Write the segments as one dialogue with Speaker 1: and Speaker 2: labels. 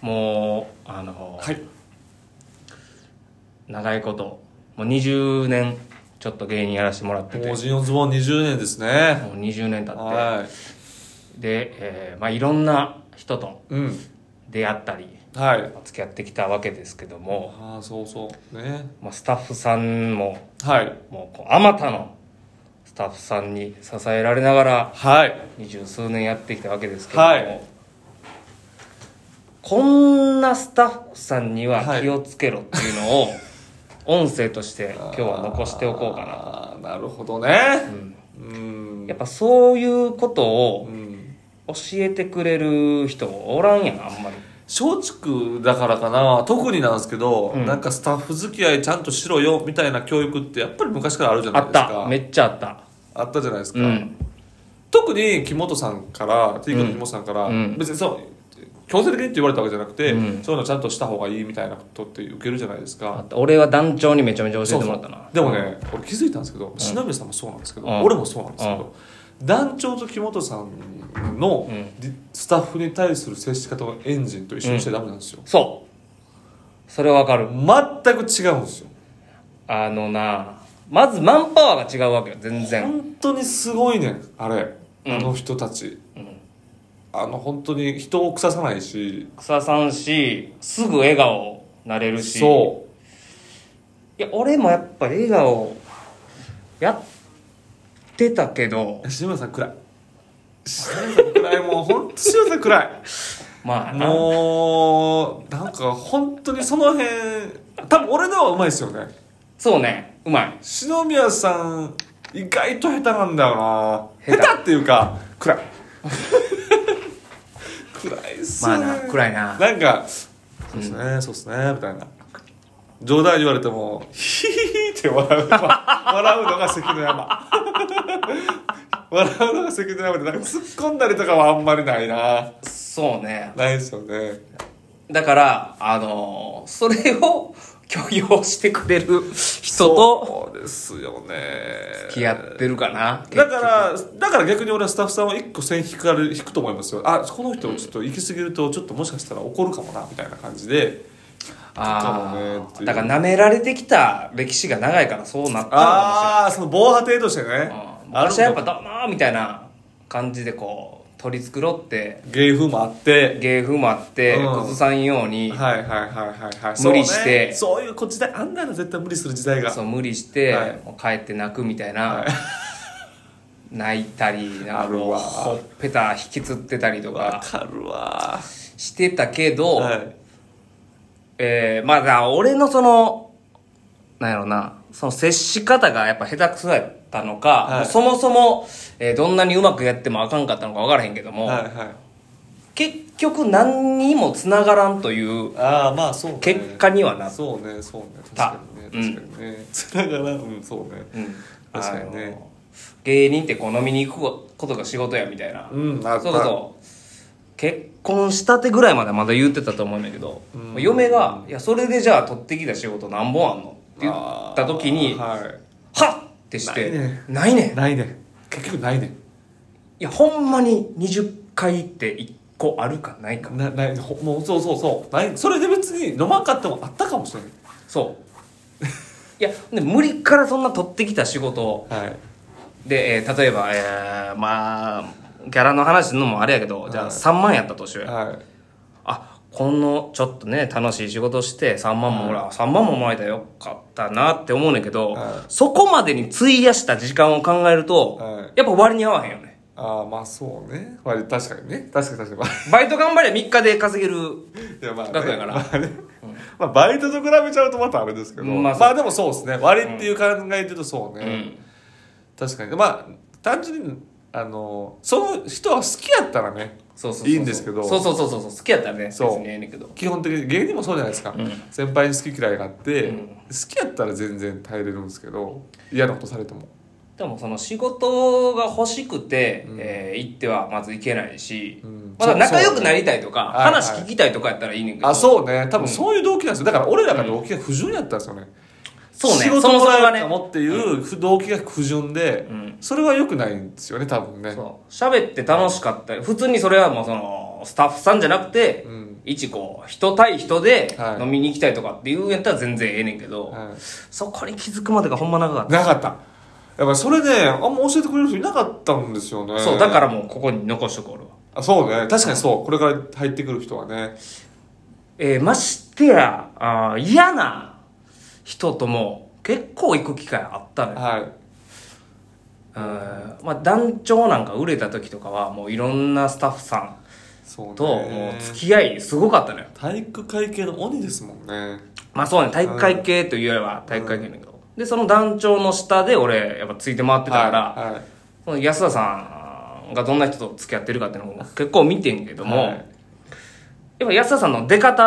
Speaker 1: もうあの、
Speaker 2: はい
Speaker 1: 長いこともう20年ちょっと芸人やらせてもらってて
Speaker 2: も
Speaker 1: も
Speaker 2: う
Speaker 1: う
Speaker 2: ジンオズボン20年ですね
Speaker 1: 20年経って、
Speaker 2: は
Speaker 1: で、えーまあ、いろんな人と
Speaker 2: いうん
Speaker 1: 出会ったり
Speaker 2: はい
Speaker 1: 付き合ってきたわけですけども、
Speaker 2: ああそうそうね
Speaker 1: まあ、スタッフさんも
Speaker 2: はい
Speaker 1: もうこうあまたのスタッフさんに支えられながら
Speaker 2: はい
Speaker 1: 二十数年やってきたわけですけども、
Speaker 2: はい
Speaker 1: こんなスタッフさんに
Speaker 2: は
Speaker 1: はい気をつけろっていう のを音声として今日は残しておこうかな
Speaker 2: ああなるほどね
Speaker 1: うん
Speaker 2: うん
Speaker 1: やっぱそういうことを
Speaker 2: うん
Speaker 1: 教えてくれる人おらんやんあんまり
Speaker 2: 松竹だからかな特になんですけど、
Speaker 1: うん
Speaker 2: なんかスタッフ付き合いちゃんとしろよみたいな教育ってやっぱり昔からあるじゃな
Speaker 1: あ
Speaker 2: いで
Speaker 1: っ
Speaker 2: すか
Speaker 1: ためっちゃあった
Speaker 2: あったじゃないですか、
Speaker 1: うん
Speaker 2: 特に木本さんからティークの木本さんから、
Speaker 1: うん
Speaker 2: 別にそう強制的にって言われたわけじゃなくて、
Speaker 1: うん
Speaker 2: そういうのちゃんとした方がいいみたいなことって受けるじゃないです
Speaker 1: あ
Speaker 2: か
Speaker 1: った俺は団長にめちゃめちゃ教えてもらったな
Speaker 2: でもね、俺気づいたんですけど篠宮さんもそうなんですけど、
Speaker 1: うん
Speaker 2: 俺もそうなんですけど、団長と木本さんの、
Speaker 1: うん
Speaker 2: リスタッフに対する接し方のエンジンと一緒にしちゃダメなんですよ、
Speaker 1: そうそれはわかる
Speaker 2: 全く違うんですよ
Speaker 1: あのなまずマンパワーが違うわけよ全然
Speaker 2: 本当にすごいねんあれ、
Speaker 1: うん
Speaker 2: あの人たち、
Speaker 1: うん
Speaker 2: あの本当に人を腐さないし
Speaker 1: 草さんしすぐ笑顔なれるし
Speaker 2: そう
Speaker 1: いや俺もやっぱ笑顔やってたけど
Speaker 2: 志村さん暗い志村さん暗いもう本当志村さん暗い
Speaker 1: まあな
Speaker 2: もうなんか本当にその辺多分俺のはうまいですよね
Speaker 1: そうねうまい
Speaker 2: 篠宮さん意外と下手なんだよな
Speaker 1: 下
Speaker 2: 下
Speaker 1: 手
Speaker 2: 手っていうか暗 い暗いっす
Speaker 1: まあ
Speaker 2: ね、
Speaker 1: な暗いな
Speaker 2: なんかそうっすね、そうっすねみたいな冗談言われてもヒヒヒって笑う 笑うのが関の山 笑うのが関の山でなんか突っ込んだりとかはあんまりないな
Speaker 1: そうね
Speaker 2: ないですよね
Speaker 1: だからあのーそれを許容してくれる人と
Speaker 2: そうですよね
Speaker 1: 付き合ってるかな
Speaker 2: だからだから逆に俺はスタッフさんは一個線引かれ引くと思いますよあこの人ちょっと行き過ぎるとちょっともしかしたら怒るかもなみたいな感じで
Speaker 1: あー
Speaker 2: かもねっていう
Speaker 1: だから舐められてきた歴史が長いからそうなったのかもしれない
Speaker 2: ああその防波堤としてねある
Speaker 1: 昔はやっぱどうもみたいな感じでこう取り繕って
Speaker 2: 芸風もあって
Speaker 1: 芸風もあって
Speaker 2: うん
Speaker 1: 崩さんように、
Speaker 2: はいはいはいはいはい
Speaker 1: 無理して
Speaker 2: そう,、そういうこう時代あんなの絶対無理する時代が
Speaker 1: そう無理して、
Speaker 2: はい
Speaker 1: もう帰って泣くみたいな、
Speaker 2: はい
Speaker 1: 泣いたりな
Speaker 2: あ
Speaker 1: んか
Speaker 2: る
Speaker 1: こう
Speaker 2: わ
Speaker 1: ほっぺた引きつってたりと
Speaker 2: わ
Speaker 1: か
Speaker 2: かるわ
Speaker 1: してたけど、
Speaker 2: はい
Speaker 1: えーまあだから俺のそのなんやろなその接し方がやっぱ下手くそやったのか、
Speaker 2: はい
Speaker 1: もうそもそも、えーどんなにうまくやってもあかんかったのか分からへんけども、
Speaker 2: はいはい
Speaker 1: 結局何にもつながらんという
Speaker 2: ああまあそうね
Speaker 1: 結果にはなっ
Speaker 2: そうねそうね確
Speaker 1: た
Speaker 2: かにね確かにねつながらんうんそうね
Speaker 1: うん
Speaker 2: 確かにね
Speaker 1: あの芸人ってこう飲みに行くことが仕事やみたいな、
Speaker 2: うんあ
Speaker 1: そうそう結婚したてぐらいまでまだ言ってたと思うんだけど、嫁が「いやそれでじゃあ取ってきた仕事何本あんの?」って言った時に「はっ!
Speaker 2: は」
Speaker 1: ってして
Speaker 2: ないね
Speaker 1: 「ないねん
Speaker 2: いないね結局ないね
Speaker 1: いやほんまに20回って1個あるかないか
Speaker 2: なないほもうそうそうそうないそれで別に飲まんかってもあったかもしれな
Speaker 1: そういやで無理からそんな取ってきた仕事を
Speaker 2: いはい
Speaker 1: で、えー例えば、えーまあギャラの話するのもあれやけど、じゃあ
Speaker 2: はい
Speaker 1: 3万やったとしようや
Speaker 2: はい
Speaker 1: あこのちょっとね楽しい仕事して3万もほら、3万ももらえたらよかったなって思うねんけど、
Speaker 2: は
Speaker 1: そこまでに費やした時間を考えると、
Speaker 2: はい
Speaker 1: やっぱ割に合わへんよね
Speaker 2: ああまあそうね割と確かにね確かに確か に
Speaker 1: バイト頑張れば3日で稼げる
Speaker 2: いやまあね、
Speaker 1: 額やから
Speaker 2: まあねまあバイトと比べちゃうとまたあれですけど、
Speaker 1: うんまあ
Speaker 2: まあ、
Speaker 1: そう
Speaker 2: でもそうですね割っていう考えで言うとそうね、
Speaker 1: うん
Speaker 2: 確かにまあ単純にあのその人は好きやったらね
Speaker 1: そうそうそうそう
Speaker 2: いいんですけど
Speaker 1: そうそうそうそう好きやったらね別
Speaker 2: そう
Speaker 1: にええねんけど
Speaker 2: 基本的に芸人もそうじゃないですか、
Speaker 1: うん
Speaker 2: 先輩に好き嫌いがあって、
Speaker 1: うん
Speaker 2: 好きやったら全然耐えれるんですけど嫌なことされても
Speaker 1: でもその仕事が欲しくて、
Speaker 2: うん
Speaker 1: えー行ってはまず行けないし、
Speaker 2: うん
Speaker 1: まだ仲良くなりたいとか、
Speaker 2: そうそう
Speaker 1: 話
Speaker 2: はいは
Speaker 1: 聞
Speaker 2: い
Speaker 1: きたいとかやったらいいねんけど、
Speaker 2: あそうね多
Speaker 1: うん
Speaker 2: 分そういう動機なんですよだから俺らが動機が不純やったんですよね、
Speaker 1: そうね
Speaker 2: 仕
Speaker 1: そ
Speaker 2: 事
Speaker 1: も
Speaker 2: も
Speaker 1: そもが
Speaker 2: らえ
Speaker 1: ね
Speaker 2: るかもっていう不動機が不純で、
Speaker 1: うん
Speaker 2: それは良くないんですよね多分ね
Speaker 1: そう喋って楽しかったり普通にそれはもうそのスタッフさんじゃなくて、
Speaker 2: うん
Speaker 1: 一こう人対人で
Speaker 2: はい
Speaker 1: 飲みに行きたいとかっていうんやったら全然ええねんけど、
Speaker 2: はい
Speaker 1: そこに気づくまでがほんま長かった、
Speaker 2: なかったやっぱそれねあんま教えてくれる人いなかったんですよね
Speaker 1: そうだからもうここに残しとく俺は
Speaker 2: あそうね確かにそうこれから入ってくる人はね
Speaker 1: えーましてやあー嫌な人とも結構行く機会あったのよ
Speaker 2: はい
Speaker 1: うんまあ、団長なんか売れた時とかはもういろんなスタッフさ
Speaker 2: そうんね
Speaker 1: ともう付き合いすごかったのよ
Speaker 2: 体育会系の鬼ですもんね
Speaker 1: まあそうね体育会系というよりは体育会系なんだけど、でその団長の下で俺やっぱついて回ってたから、
Speaker 2: はいはい
Speaker 1: その安田さんがどんな人と付き合ってるかっていうのも結構見てんけども、
Speaker 2: はい
Speaker 1: やっぱ安田さんの出方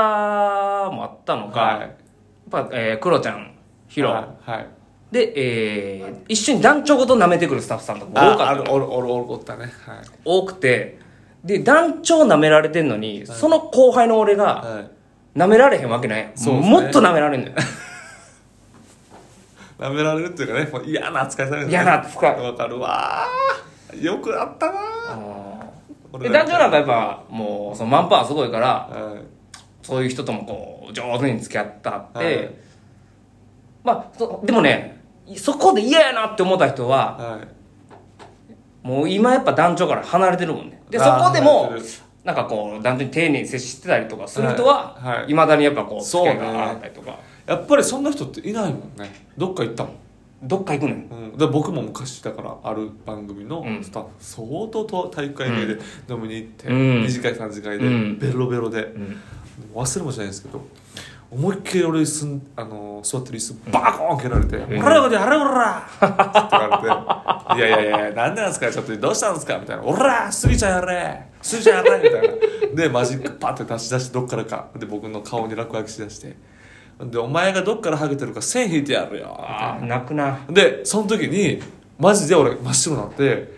Speaker 1: もあったのか、
Speaker 2: は
Speaker 1: やっ
Speaker 2: い
Speaker 1: ぱ、えー、クロちゃんヒロ、
Speaker 2: はいはい
Speaker 1: で、えー一緒に団長ごと舐めてくるスタッフさんとかも多
Speaker 2: あ
Speaker 1: か
Speaker 2: あ
Speaker 1: った
Speaker 2: るおるおるおるおったねはい
Speaker 1: 多くてで団長舐められてんのに、その後輩の俺が
Speaker 2: はい
Speaker 1: 舐められへんわけない、
Speaker 2: そうですね
Speaker 1: もっと舐められんのよ
Speaker 2: 舐められるっていうかねもう嫌な扱いされる
Speaker 1: 嫌な扱い
Speaker 2: わかるわーよくあったなー
Speaker 1: で
Speaker 2: 俺ら
Speaker 1: 団長なんかやっぱもうそのマンパワーすごいから
Speaker 2: はい
Speaker 1: そういう人ともこう上手に付き合ったって、
Speaker 2: はい
Speaker 1: まあそでもねそこで嫌やなって思った人は
Speaker 2: はい
Speaker 1: もう今やっぱ団長から離れてるもんねでそ
Speaker 2: あー
Speaker 1: こでも
Speaker 2: 離れてる
Speaker 1: なんかこう団長に丁寧に接してたりとかする人は
Speaker 2: はいはい
Speaker 1: いまだにやっぱこう付
Speaker 2: そう
Speaker 1: き合
Speaker 2: ね
Speaker 1: いがあったりとか、
Speaker 2: やっぱりそんな人っていないもんねどっか行ったもん
Speaker 1: どっか行くのよ
Speaker 2: うん、で僕も昔だからある番組の
Speaker 1: うん
Speaker 2: スタッフ、相当と体育会系で飲みに行って、
Speaker 1: うん
Speaker 2: 2次会3次会で
Speaker 1: うん
Speaker 2: ベロベロで、
Speaker 1: ん
Speaker 2: 忘れもしないんですけど思いっきり俺すんあの座ってる椅子バコーン蹴られて「
Speaker 1: ん
Speaker 2: オラよこであれオラ!」って言われて「いやいやいや何なんですかちょっとどうしたんですか?」みたいな「オラスギちゃんやれスギちゃんやれ!」みたいなでマジックパッて出し出してどっからかで僕の顔に落書きしだして「でお前がどっからハゲてるか線引いてやるよ」みたいな
Speaker 1: ああ泣くな
Speaker 2: でその時にマジで俺真っ白になって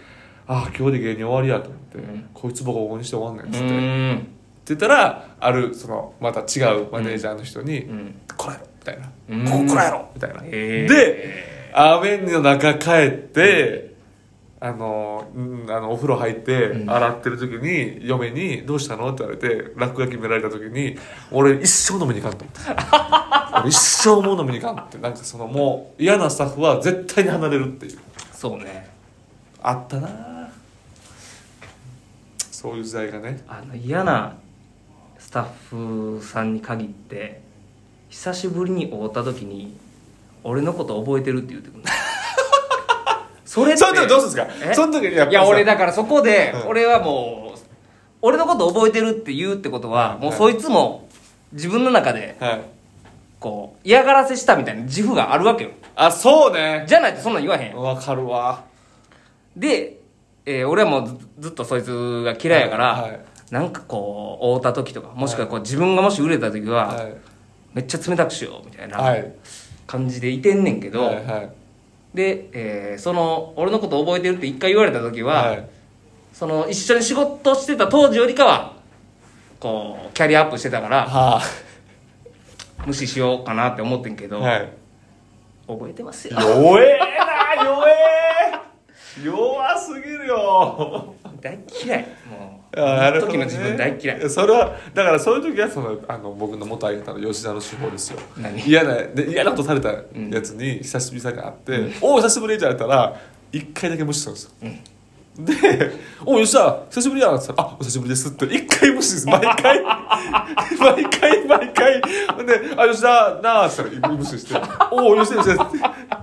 Speaker 2: ああ今日で芸人終わりやと思って、こいつボコボコにして終わんねん
Speaker 1: う
Speaker 2: っつって、って
Speaker 1: ーん
Speaker 2: 言ったらあるそのまた違うマネージャーの人に「
Speaker 1: ん
Speaker 2: こらやろ」みたいな「
Speaker 1: うん
Speaker 2: こここらやろ」みたいな、
Speaker 1: へー
Speaker 2: で雨の中帰って、あのうんあのお風呂入って洗ってる時に、嫁に「どうしたの?」って言われて落書き見られた時に俺一生飲みに行かんと思って。俺一生もう飲みに行かんってなんかそのもう嫌なスタッフは絶対に離れるっていう
Speaker 1: そうね
Speaker 2: あったなあそういう時代がね
Speaker 1: あの嫌なスタッフさんに限って久しぶりに会った時に俺のこと覚えてるって言ってく るそれって
Speaker 2: その時どうするんですか
Speaker 1: え
Speaker 2: その時にやっぱりさ
Speaker 1: いや俺だからそこで
Speaker 2: うん
Speaker 1: 俺はもう俺のこと覚えてるって言うってことはもうそいつも自分の中で
Speaker 2: はい
Speaker 1: こう嫌がらせしたみたいな自負があるわけよ
Speaker 2: あそうね
Speaker 1: じゃないとそんなん言わへんやん
Speaker 2: わかるわ
Speaker 1: で、えー俺はもうずずっとそいつが嫌いやから、
Speaker 2: はいはい
Speaker 1: なんかこう会うた時とかもしくはこう自分がもし売れた時は、
Speaker 2: はい
Speaker 1: めっちゃ冷たくしようみたい
Speaker 2: は
Speaker 1: ない感じでいてんねんけど、
Speaker 2: はいはい
Speaker 1: で、えーその俺のこと覚えてるって一回言われた時は、
Speaker 2: はい
Speaker 1: その一緒に仕事してた当時よりかはこうキャリアアップしてたから
Speaker 2: は
Speaker 1: 無視しようかなって思ってんけ
Speaker 2: あ
Speaker 1: ど、
Speaker 2: はい
Speaker 1: 覚えてますよ
Speaker 2: 弱えな弱え弱すぎるよ
Speaker 1: 大っ嫌いもう
Speaker 2: あな
Speaker 1: あの
Speaker 2: るほど
Speaker 1: 時の
Speaker 2: ね
Speaker 1: 自分大っ嫌い
Speaker 2: それはだからそういう時はそのあの僕の元あげたの吉田の手法ですよ
Speaker 1: 何
Speaker 2: 嫌なで嫌なことされたやつに久しぶりに会って「おお久しぶり」って言われたら一回だけ無視したんですよ、で「おお吉田久しぶりや」って言ったら「あお久しぶりです」って一回無視です毎回 毎回毎回ほんで「あ吉田なあ」って言ったら無視して「おお吉田吉田」って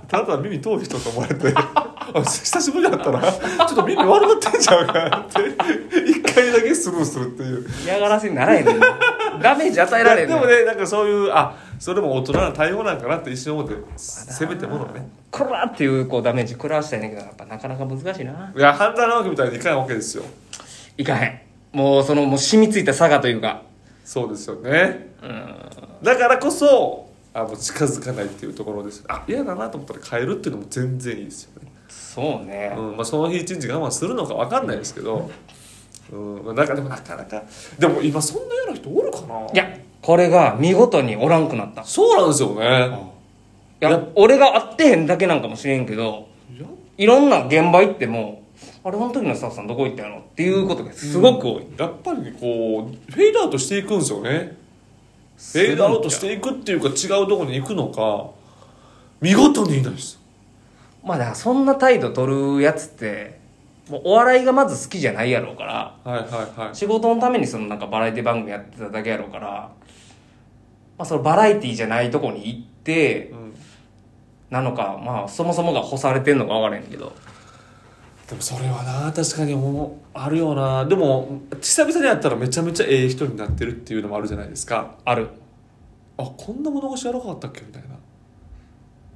Speaker 2: ただただ耳遠い人と思われて あ久しぶりだったらちょっと耳悪くなってんじゃんかって一回だけスルーするっていう
Speaker 1: 嫌がらせにならへんねん ダメージ与えられん
Speaker 2: で
Speaker 1: ねん
Speaker 2: もねなんかそういうあそれも大人の対応なんかなって一瞬思ってせめてものをね
Speaker 1: こらっていうこうダメージ食らわしたいねんだけどやっぱなかなか難しいない
Speaker 2: や犯罪なわけみたいにいかないわけですよ
Speaker 1: いかへんもうそのもう染みついた差がというか
Speaker 2: そうですよね
Speaker 1: うん
Speaker 2: だからこそあの近づかないっていうところですあ嫌だなと思ったら変えるっていうのも全然いいですよね、
Speaker 1: そうね、
Speaker 2: うんまあ、その日一日我慢するのか分かんないですけどうんまあなんかでもなかなかでも今そんな嫌な人おるかない
Speaker 1: やこれが見事におらんくなったい
Speaker 2: そうなんですよね
Speaker 1: や
Speaker 2: いや
Speaker 1: 俺が会ってへんだけなんかもしれんけど
Speaker 2: いや
Speaker 1: いろんな現場行ってもあれあの時のスタッフさんどこ行ったのっていうことがすごく多い、
Speaker 2: やっぱりねこうフェードアウトしていくんですよねフェードアウトしていくっていうか違うところに行くのか見事にいないです
Speaker 1: まあだからそんな態度取るやつってもうお笑いがまず好きじゃないやろうから
Speaker 2: はいはいはい
Speaker 1: 仕事のためにそのなんかバラエティ番組やってただけやろうから、まあ、そのバラエティじゃないとこに行って
Speaker 2: うん
Speaker 1: なのかまあそもそもが干されてんのか分からへんけど
Speaker 2: でもそれはな確かにもうあるよなでも久々に会ったらめちゃめちゃええ人になってるっていうのもあるじゃないですか
Speaker 1: ある
Speaker 2: あこんな物腰やらかったっけみたいな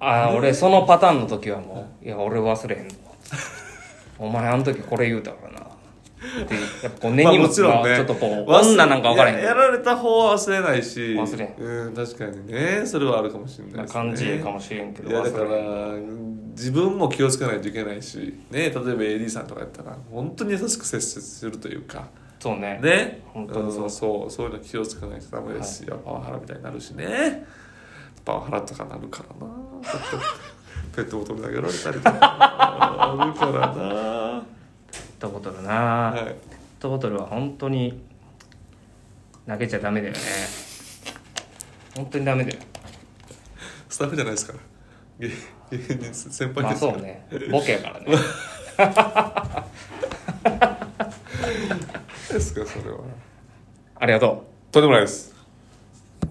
Speaker 1: ああ俺そのパターンの時はもう「いや俺忘れへんぞお前あの時これ言うたからな」ってやっぱこう根に持つのはちょっとこう、
Speaker 2: 忘れ
Speaker 1: 女なんか分からへん
Speaker 2: い
Speaker 1: け
Speaker 2: や
Speaker 1: ど
Speaker 2: やられた方は忘れないし
Speaker 1: 忘れへん
Speaker 2: うん確かにねそれはあるかもしれない
Speaker 1: な
Speaker 2: ですね
Speaker 1: 感じかもしれんけど
Speaker 2: いやだか
Speaker 1: 忘れへん
Speaker 2: ら自分も気をつけないといけないしね例えば AD さんとかやったら本当に優しく接するというか
Speaker 1: そうね
Speaker 2: ね
Speaker 1: 本当にそうん
Speaker 2: そうそういうの気をつけないとダメですし、パワハラみたいになるしねパワハラとかなるからな ペットボトル投げられたりとかあるから
Speaker 1: ペットボトルな、
Speaker 2: な、はい、
Speaker 1: ペットボトルは本当に投げちゃダメだよね本当にダメだよ
Speaker 2: スタッフじゃないですから芸芸人先輩
Speaker 1: まあ
Speaker 2: ですか
Speaker 1: そ
Speaker 2: ら、
Speaker 1: うねボケやからね
Speaker 2: ですかそれは
Speaker 1: ありがとう
Speaker 2: とんでもないです